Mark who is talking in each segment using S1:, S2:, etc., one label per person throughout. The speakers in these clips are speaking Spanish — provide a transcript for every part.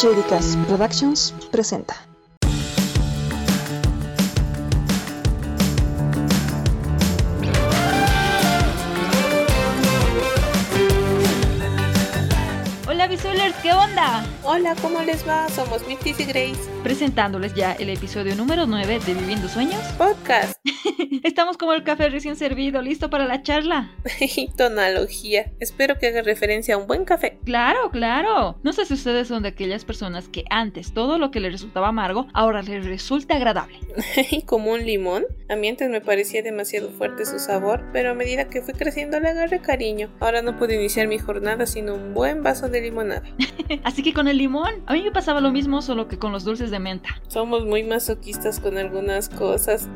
S1: Judicast Productions presenta.
S2: Hola Visualers, ¿qué onda?
S3: Hola, ¿cómo les va? Somos Miftis y Grace.
S2: Presentándoles ya el episodio número 9 de Viviendo Sueños.
S3: Podcast.
S2: Estamos como el café recién servido, listo para la charla.
S3: Tonalogía. Espero que haga referencia a un buen café.
S2: Claro, claro. No sé si ustedes son de aquellas personas que antes todo lo que les resultaba amargo, ahora les resulta agradable.
S3: Como un limón. A mí antes me parecía demasiado fuerte su sabor, pero a medida que fui creciendo le agarré cariño. Ahora no puedo iniciar mi jornada sin un buen vaso de limonada.
S2: Así que con el limón, a mí me pasaba lo mismo solo que con los dulces de menta.
S3: Somos muy masoquistas con algunas cosas.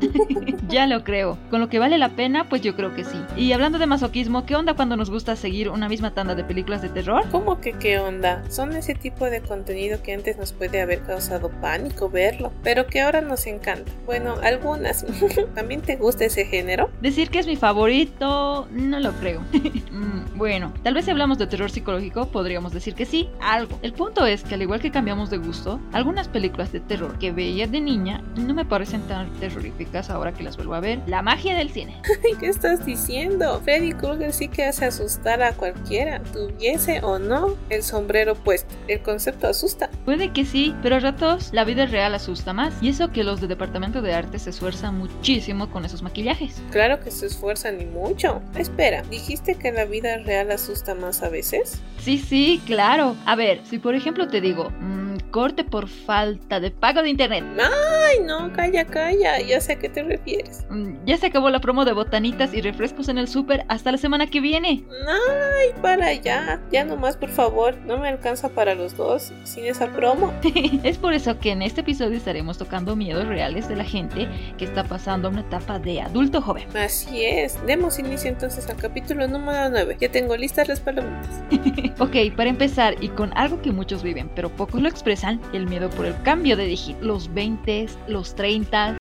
S2: Ya lo creo. Con lo que vale la pena, pues yo creo que sí. Y hablando de masoquismo, ¿qué onda cuando nos gusta seguir una misma tanda de películas de terror?
S3: ¿Cómo que qué onda? Son ese tipo de contenido que antes nos puede haber causado pánico verlo, pero que ahora nos encanta. Bueno, algunas. ¿También te gusta ese género?
S2: Decir que es mi favorito, no lo creo. Mm, bueno, tal vez si hablamos de terror psicológico, podríamos decir que sí, algo. El punto es que al igual que cambiamos de gusto, algunas películas de terror que veía de niña no me parecen tan terroríficas ahora que las vuelvo a ver. La magia del cine.
S3: ¿Qué estás diciendo? Freddy Krueger sí que hace asustar a cualquiera, tuviese o no el sombrero puesto. El concepto asusta.
S2: Puede que sí, pero a ratos la vida real asusta más. Y eso que los de departamento de arte se esfuerzan muchísimo con esos maquillajes.
S3: Claro que se esfuerzan y mucho. Espera, ¿dijiste que la vida real asusta más a veces?
S2: Sí, sí, claro. A ver, si por ejemplo te digo, mm, corte por falta de pago de internet.
S3: Ay, no, calla, calla, ya sé a qué te refieres.
S2: Mm, Ya se acabó la promo de botanitas y refrescos en el súper hasta la semana que viene.
S3: Ay, para allá. Ya nomás, por favor, no me alcanza para los dos sin esa promo.
S2: Es por eso que en este episodio estaremos tocando miedos reales de la gente que está pasando una etapa de adulto joven.
S3: Así es. Demos inicio entonces al capítulo número 9. Ya tengo listas las palomitas.
S2: Ok, para empezar, y con algo que muchos viven, pero pocos lo expresan, el miedo por el cambio de dígito. Los 20, los 30.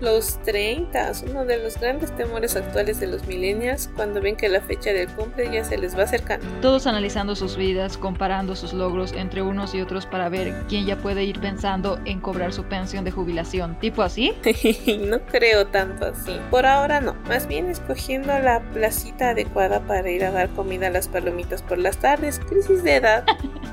S3: Los 30, uno de los grandes temores actuales de los millennials cuando ven que la fecha del cumple ya se les va acercando.
S2: Todos analizando sus vidas, comparando sus logros entre unos y otros para ver quién ya puede ir pensando en cobrar su pensión de jubilación. ¿Tipo así?
S3: no creo tanto así. Por ahora no. Más bien escogiendo la placita adecuada para ir a dar comida a las palomitas por las tardes. Crisis de edad.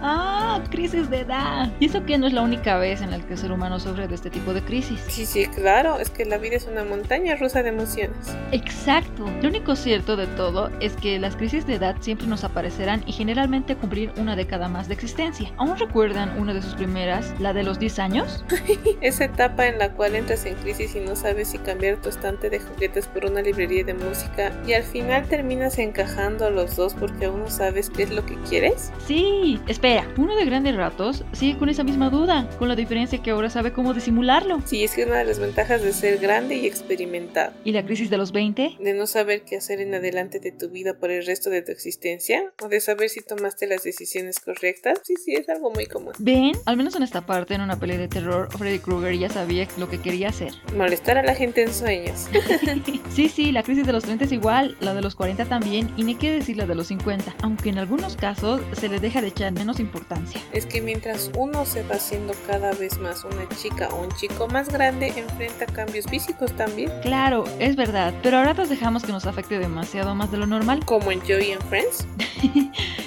S2: ¡Ah! Crisis de edad. Y eso que no es la única vez en la que el ser humano sufre de este tipo de crisis.
S3: Sí, sí, claro. Es que la vida es una montaña rusa de emociones.
S2: Exacto. Lo único cierto de todo es que las crisis de edad siempre nos aparecerán y generalmente cumplir una década más de existencia. ¿Aún recuerdan una de sus primeras, la de los 10 años?
S3: Esa etapa en la cual entras en crisis y no sabes si cambiar tu estante de juguetes por una librería de música y al final terminas encajando los dos porque aún no sabes qué es lo que quieres.
S2: Sí. Espera, uno de grandes ratos sigue con esa misma duda, con la diferencia que ahora sabe cómo disimularlo.
S3: Sí, es que una de las ventajas de ser grande y experimentado,
S2: ¿Y la crisis de los 20?
S3: de no saber qué hacer en adelante de tu vida por el resto de tu existencia, o de saber si tomaste las decisiones correctas. Sí, sí, es algo muy común.
S2: ¿Ven? Al menos en esta parte, en una pelea de terror, Freddy Krueger ya sabía lo que quería hacer.
S3: Molestar a la gente en sueños.
S2: Sí, sí, la crisis de los 30 es igual, la de los 40 también, y ni qué decir la de los 50, aunque en algunos casos se les deja de echar menos importancia.
S3: Es que mientras uno se va haciendo cada vez más una chica o un chico más grande, enfrenta cambios físicos también,
S2: Claro, es verdad, pero ahora nos dejamos que nos afecte demasiado más de lo normal.
S3: como en Joey and Friends.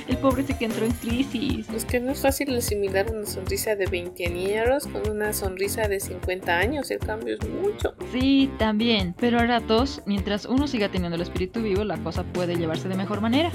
S2: El pobre se que entró en crisis.
S3: Es que no es fácil asimilar una sonrisa de 20 años con una sonrisa de 50 años, el cambio es mucho.
S2: Sí, también, pero a ratos, mientras uno siga teniendo el espíritu vivo, la cosa puede llevarse de mejor manera.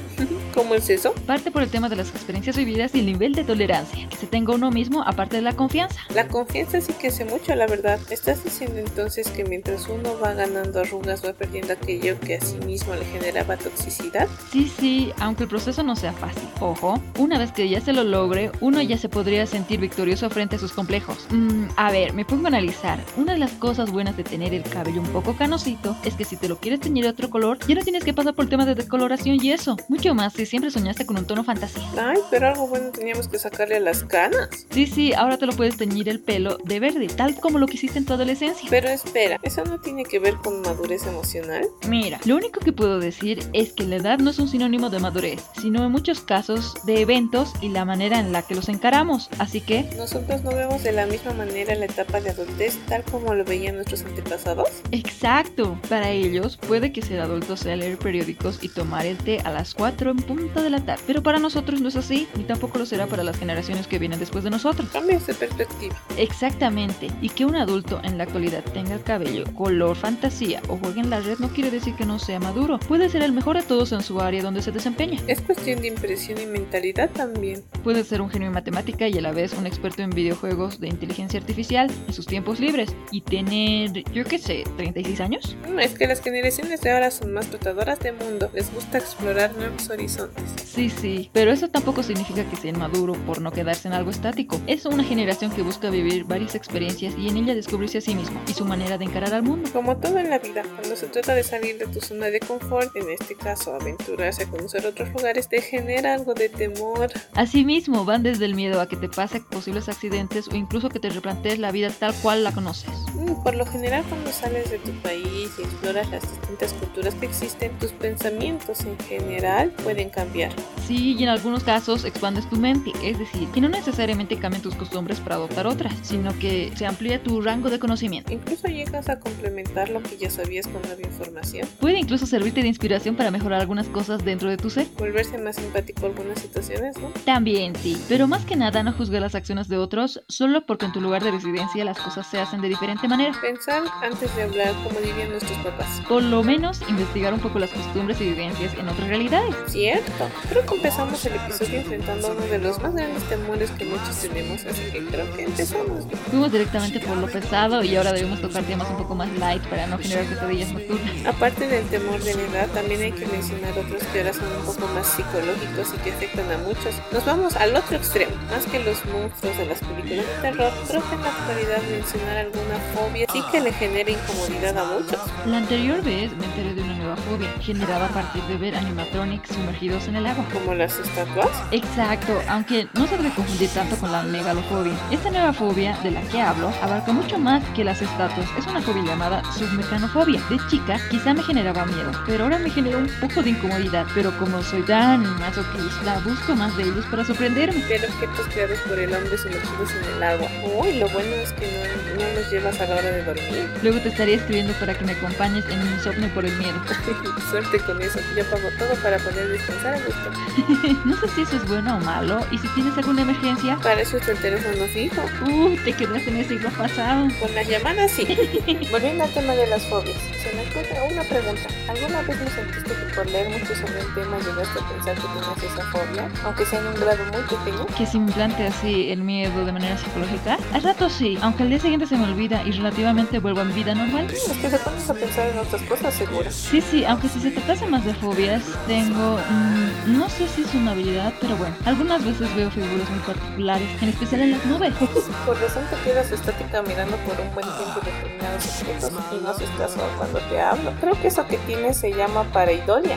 S3: ¿Cómo es eso?
S2: Parte por el tema de las experiencias vividas y el nivel de tolerancia que se tenga uno mismo, aparte de la confianza.
S3: La confianza sí que hace mucho, la verdad. ¿Estás diciendo entonces que mientras uno va ganando arrugas va perdiendo aquello que a sí mismo le generaba toxicidad?
S2: Sí, sí, aunque el proceso no sea fácil. Ojo, una vez que ya se lo logre, uno ya se podría sentir victorioso frente a sus complejos. Mm, a ver, me pongo a analizar. Una de las cosas buenas de tener el cabello un poco canosito es que si te lo quieres teñir de otro color, ya no tienes que pasar por temas de decoloración y eso. Mucho más si siempre soñaste con un tono fantasía.
S3: Ay, pero algo bueno teníamos que sacarle a las canas.
S2: Sí, sí, ahora te lo puedes teñir el pelo de verde, tal como lo quisiste en tu adolescencia.
S3: Pero espera, ¿eso no tiene que ver con madurez emocional?
S2: Mira, lo único que puedo decir es que la edad no es un sinónimo de madurez, sino en muchos casos procesos de eventos y la manera en la que los encaramos. Así que,
S3: Nosotros no vemos de la misma manera la etapa de adultez tal como lo veían nuestros antepasados.
S2: exacto, para ellos puede que ser adulto sea leer periódicos y tomar el té a las 4 en punto de la tarde. Pero para nosotros no es así, ni tampoco lo será para las generaciones que vienen después de nosotros.
S3: Cambios de perspectiva.
S2: Exactamente, y que un adulto en la actualidad tenga el cabello color fantasía o juegue en la red no quiere decir que no sea maduro. Puede ser el mejor de todos en su área donde se desempeña.
S3: Es cuestión de impresión y mentalidad también.
S2: Puede ser un genio en matemática y a la vez un experto en videojuegos de inteligencia artificial en sus tiempos libres y tener, yo qué sé, 36 años.
S3: Mm, Es que las generaciones de ahora son más dotadoras de mundo, les gusta explorar nuevos horizontes.
S2: Sí, sí, pero eso tampoco significa que sea inmaduro por no quedarse en algo estático. Es una generación que busca vivir varias experiencias y en ella descubrirse a sí mismo y su manera de encarar al mundo.
S3: Como todo en la vida, cuando se trata de salir de tu zona de confort, en este caso aventurarse a conocer otros lugares, te genera algo de temor.
S2: Asimismo, van desde el miedo a que te pasen posibles accidentes o incluso que te replantees la vida tal cual la conoces.
S3: Mm, Por lo general, cuando sales de tu país y exploras las distintas culturas que existen, tus pensamientos en general pueden cambiar.
S2: Sí, y en algunos casos expandes tu mente, es decir, que no necesariamente cambien tus costumbres para adoptar otras, sino que se amplía tu rango de conocimiento.
S3: Incluso llegas a complementar lo que ya sabías con nueva información,
S2: Puede incluso servirte de inspiración para mejorar algunas cosas dentro de tu ser.
S3: volverse más simpático a algunas situaciones, ¿no?
S2: También sí, pero más que nada no juzgar las acciones de otros solo porque en tu lugar de residencia las cosas se hacen de diferente manera.
S3: Pensar antes de hablar, como dirían nuestros papás.
S2: Por lo menos investigar un poco las costumbres y vivencias en otras realidades.
S3: Cierto, creo que empezamos el episodio enfrentando uno de los más grandes temores que muchos tenemos, así que creo que empezamos bien.
S2: Fuimos directamente por lo pesado y ahora debemos tocar temas un poco más light para no generar pesadillas nocturnas.
S3: Aparte del temor de la edad, también hay que mencionar otros que ahora son un poco más psicológicos y que afectan a muchos. Nos vamos al otro extremo, más que los monstruos de las películas de terror, creo que en la actualidad mencionar alguna fobia sí que le genera incomodidad a muchos.
S2: La anterior vez me enteré de una nueva fobia generada a partir de ver animatronics sumergidos en el agua.
S3: Como las estatuas,
S2: Exacto, aunque no se debe confundir tanto con la megalofobia. Esta nueva fobia de la que hablo abarca mucho más que las estatuas. Es una fobia llamada submecanofobia. De chica quizá me generaba miedo, pero ahora me genera un poco de incomodidad. Pero como soy tan masoquista, busco más de ellos para sorprenderme.
S3: ver objetos creados por el hombre sumergidos en el agua. Uy, lo bueno es que no, no los llevas a la hora de dormir.
S2: Luego te estaré escribiendo para que me acompañes en mi insomnio por el miedo.
S3: Suerte con eso, yo pago todo para poder descansar a gusto.
S2: no sé si eso es bueno o malo, y si tienes alguna emergencia,
S3: Para eso es el teléfono fijo.
S2: uh, te quedas en el siglo pasado.
S3: Con las llamadas sí. Volviendo al tema de las fobias, se me ocurre una pregunta. ¿Alguna vez me sentiste que por leer mucho sobre un tema llegaste a pensar que tenías esa fobia? Aunque sea en un grado muy pequeño.
S2: que se implante así el miedo de manera psicológica? Al rato sí, aunque al día siguiente se me olvida y relativamente vuelvo a mi vida normal.
S3: Es que te pones a pensar en otras cosas seguras.
S2: Sí, sí, aunque si se tratase más de fobias, tengo... mm, no sé si es una habilidad, pero bueno, algunas veces veo figuras muy particulares, en especial en las nubes.
S3: Por razón te quedas estática mirando por un buen tiempo determinados objetos y no se estás cuando te hablo. Creo que eso que tienes se llama pareidolia.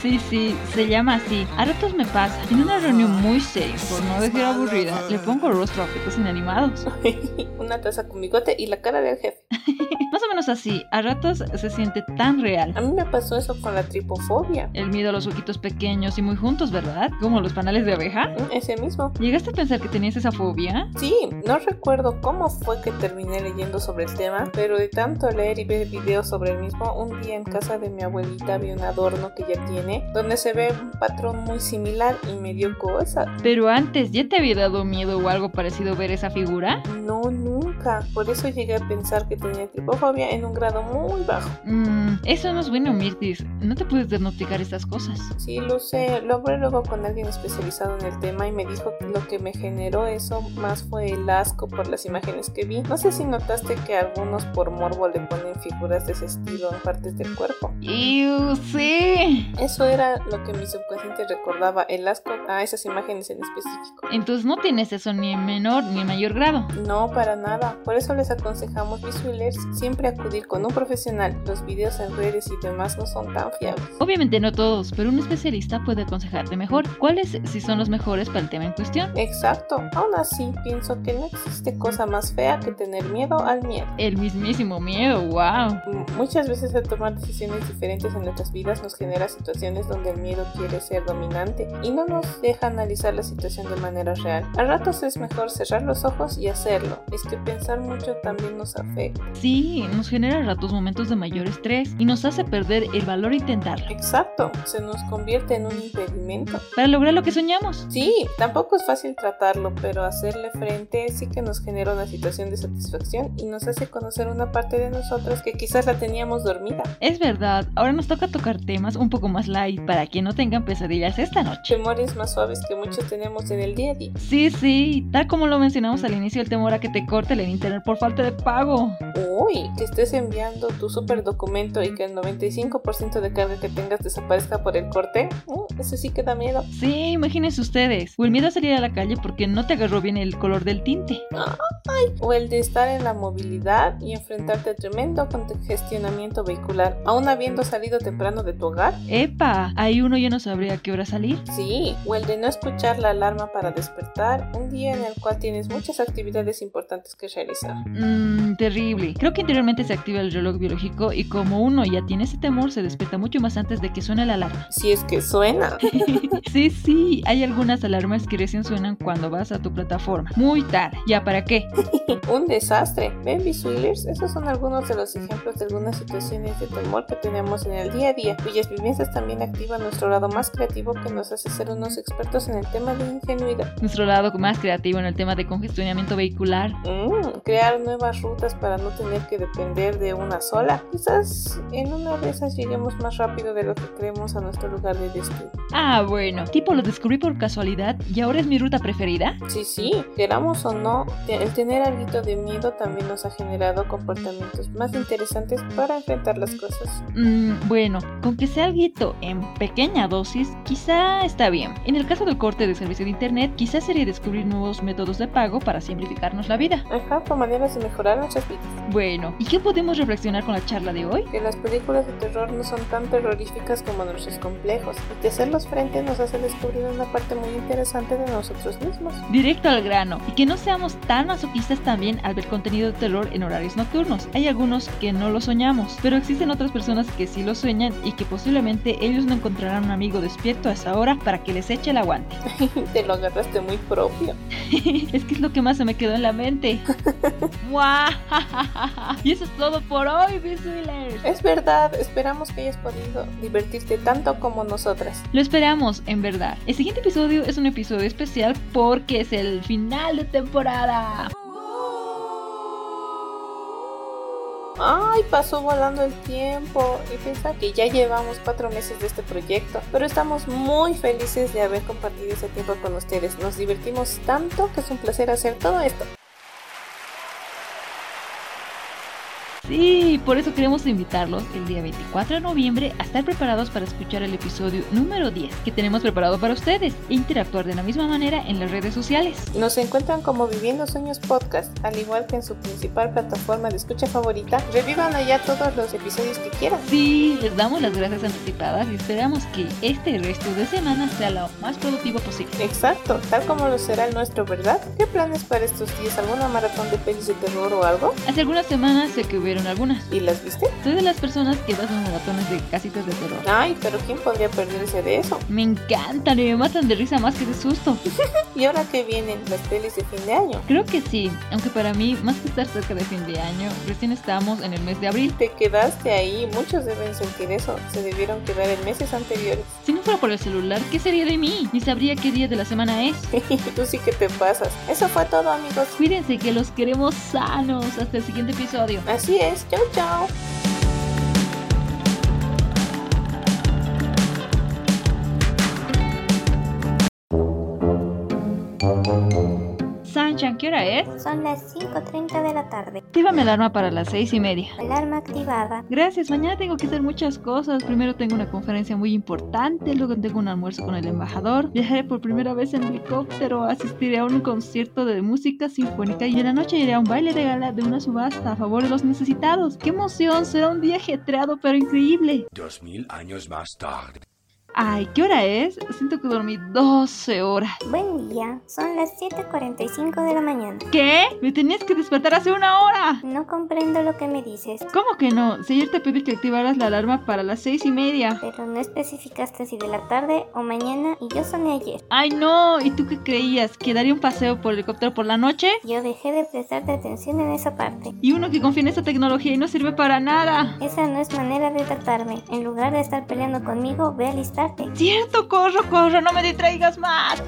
S2: sí, sí, se llama así. A ratos me pasa, en una reunión muy seria, por no decir aburrida, le pongo rostro a objetos inanimados.
S3: una taza con bigote y la cara del jefe.
S2: más o menos así, a ratos se siente tan real.
S3: A mí me pasó eso con la tripofobia.
S2: El miedo a los ojitos pequeños y muy juntos, ¿verdad? Como los panales de abeja.
S3: Mm, Ese mismo.
S2: ¿Llegaste a pensar que tenías esa fobia?
S3: Sí, no recuerdo cómo fue que terminé leyendo sobre el tema, pero de tanto leer y ver videos sobre el mismo, un día en casa de mi abuelita vi un adorno que ella tiene, donde se ve un patrón muy similar y me dio cosa.
S2: Pero antes, ¿ya te había dado miedo o algo parecido ver esa figura?
S3: No, nunca. Por eso llegué a pensar que tenía tripofobia en un grado muy bajo.
S2: Mmm, eso no es bueno, Mirtis. No te puedes diagnosticar estas cosas.
S3: Sí, lo sé. Lo hablé luego con alguien especializado en el tema y me dijo que lo que me generó eso más fue el asco por las imágenes que vi. No sé si notaste que algunos por morbo le ponen figuras de ese estilo en partes del cuerpo.
S2: ¡Ew, sí!
S3: Eso era lo que mi subconsciente recordaba, el asco a esas imágenes en específico.
S2: Entonces no tienes eso ni en menor ni en mayor grado.
S3: No, para nada. Por eso les aconsejamos visualers siempre acudir con un profesional. Los videos en redes y demás no son tan fiables.
S2: Obviamente no todos, pero un especialista puede de aconsejarte mejor cuáles si son los mejores para el tema en cuestión.
S3: Exacto. Aún así, pienso que no existe cosa más fea que tener miedo al miedo.
S2: El mismísimo miedo, wow.
S3: Mm, Muchas veces al tomar decisiones diferentes en nuestras vidas nos genera situaciones donde el miedo quiere ser dominante y no nos deja analizar la situación de manera real. A ratos es mejor cerrar los ojos y hacerlo. Es que pensar mucho también nos afecta.
S2: Sí, nos genera a ratos momentos de mayor estrés y nos hace perder el valor a intentarlo.
S3: Exacto, se nos convierte en un impedimento.
S2: Para lograr lo que soñamos.
S3: Sí, tampoco es fácil tratarlo, pero hacerle frente sí que nos genera una situación de satisfacción y nos hace conocer una parte de nosotros que quizás la teníamos dormida.
S2: Es verdad, ahora nos toca tocar temas un poco más light para que no tengan pesadillas esta noche.
S3: Temores más suaves que muchos tenemos en el día a día.
S2: Sí, sí, tal como lo mencionamos al inicio, el temor a que te corten el internet por falta de pago.
S3: Uy, que estés enviando tu super documento y que el 95% de carga que tengas desaparezca por el corte. Uh, eso sí que da miedo.
S2: Sí, imagínense ustedes. O el miedo a salir a la calle porque no te agarró bien el color del tinte.
S3: Ay, o el de estar en la movilidad y enfrentarte a tremendo congestionamiento vehicular, aún habiendo salido temprano de tu hogar.
S2: Epa, ahí uno ya no sabría a qué hora salir.
S3: Sí, o el de no escuchar la alarma para despertar, un día en el cual tienes muchas actividades importantes que realizar.
S2: Mmm, terrible. Creo que interiormente se activa el reloj biológico y como uno ya tiene ese temor, se despierta mucho más antes de que suene la alarma.
S3: Si es que suena.
S2: sí, sí, hay algunas alarmas que recién suenan cuando vas a tu plataforma. Muy tarde. ¿Ya para qué?
S3: un desastre. Baby Swillers, esos son algunos de los ejemplos de algunas situaciones de temor que tenemos en el día a día, cuyas vivencias también activan nuestro lado más creativo que nos hace ser unos expertos en el tema de ingenuidad.
S2: Nuestro lado más creativo en el tema de congestionamiento vehicular.
S3: Mm, crear nuevas rutas para no tener que depender de una sola. Quizás en una de esas lleguemos más rápido de lo que creemos a nuestro lugar de destino.
S2: Ah, bueno. Tipo, lo descubrí por casualidad y ahora es mi ruta preferida.
S3: Sí, sí, queramos o no, te- el tener algo de miedo también nos ha generado comportamientos más interesantes para enfrentar las cosas.
S2: Mm, bueno, con que sea algo en pequeña dosis, quizá está bien. En el caso del corte de servicio de internet, quizá sería descubrir nuevos métodos de pago para simplificarnos la vida.
S3: Ajá, con maneras de mejorar nuestras vidas.
S2: Bueno, ¿y qué podemos reflexionar con la charla de hoy?
S3: Que las películas de terror no son tan terroríficas como nuestros complejos, y que hacerlos frente nos hace descubrir una parte muy interesante de nosotros mismos.
S2: Directo al grano, y que no seamos tan masoquistas también al ver contenido de terror en horarios nocturnos. Hay algunos que no lo soñamos, pero existen otras personas que sí lo sueñan y que posiblemente ellos no encontrarán un amigo despierto a esa hora para que les eche el aguante.
S3: Te lo agarraste muy propio.
S2: es que es lo que más se me quedó en la mente. ¡Mua! y eso es todo por hoy, Visualers.
S3: Es verdad, esperamos que hayas podido divertirte tanto como nosotras.
S2: Lo esperamos, en verdad. El siguiente episodio es un episodio especial porque es el final de temporada.
S3: Ay, pasó volando el tiempo y piensa que ya llevamos cuatro meses de este proyecto, pero estamos muy felices de haber compartido ese tiempo con ustedes. Nos divertimos tanto que es un placer hacer todo esto.
S2: Sí, por eso queremos invitarlos el día 24 de noviembre a estar preparados para escuchar el episodio número 10 que tenemos preparado para ustedes e interactuar de la misma manera en las redes sociales.
S3: Nos encuentran como Viviendo Sueños Podcast, al igual que en su principal plataforma de escucha favorita. Revivan allá todos los episodios que quieran.
S2: Sí, les damos las gracias anticipadas y esperamos que este resto de semana sea lo más productivo posible.
S3: Exacto, tal como lo será el nuestro, ¿verdad? ¿Qué planes para estos días? ¿Alguna maratón de pelis de terror o algo?
S2: Hace algunas semanas sé que hubieron algunas.
S3: ¿Y las viste?
S2: Soy de las personas que pasan maratones de casitas de terror.
S3: Ay, pero ¿quién podría perderse de eso?
S2: Me encantan y me matan de risa más que de susto.
S3: ¿Y ahora que vienen las pelis de fin de año?
S2: Creo que sí, aunque para mí, más que estar cerca de fin de año, recién estamos en el mes de abril.
S3: Te quedaste ahí, muchos deben sentir eso, se debieron quedar en meses anteriores.
S2: Si no fuera por el celular, ¿qué sería de mí? Ni sabría qué día de la semana es.
S3: Tú sí que te pasas. Eso fue todo amigos.
S2: Cuídense que los queremos sanos. Hasta el siguiente episodio.
S3: Así es, chao chao.
S2: Sanchan, ¿qué hora es?
S4: Son las 5.30 de la tarde.
S2: Activa mi alarma para las seis y media.
S4: Alarma activada.
S2: Gracias, mañana tengo que hacer muchas cosas. Primero tengo una conferencia muy importante, luego tengo un almuerzo con el embajador, viajaré por primera vez en helicóptero, asistiré a un concierto de música sinfónica y en la noche iré a un baile de gala de una subasta a favor de los necesitados. ¡Qué emoción! Será un día ajetreado pero increíble.
S5: Dos mil años más tarde.
S2: Ay, ¿qué hora es? Siento que dormí 12 horas.
S4: Buen día, son las 7.45 de la mañana.
S2: ¿Qué? Me tenías que despertar hace una hora.
S4: No comprendo lo que me dices,
S2: ¿Cómo que no? Si ayer te pedí que activaras la alarma para las seis y media.
S4: pero no especificaste si de la tarde o mañana y yo soné ayer.
S2: Ay, no. ¿Y tú qué creías? ¿Que daría un paseo por helicóptero por la noche?
S4: Yo dejé de prestarte atención en esa parte.
S2: Y uno que confía en esta tecnología y no sirve para nada.
S4: Esa no es manera de tratarme. En lugar de estar peleando conmigo, ve a alistarte.
S2: Cierto, corro, corro, no me distraigas más.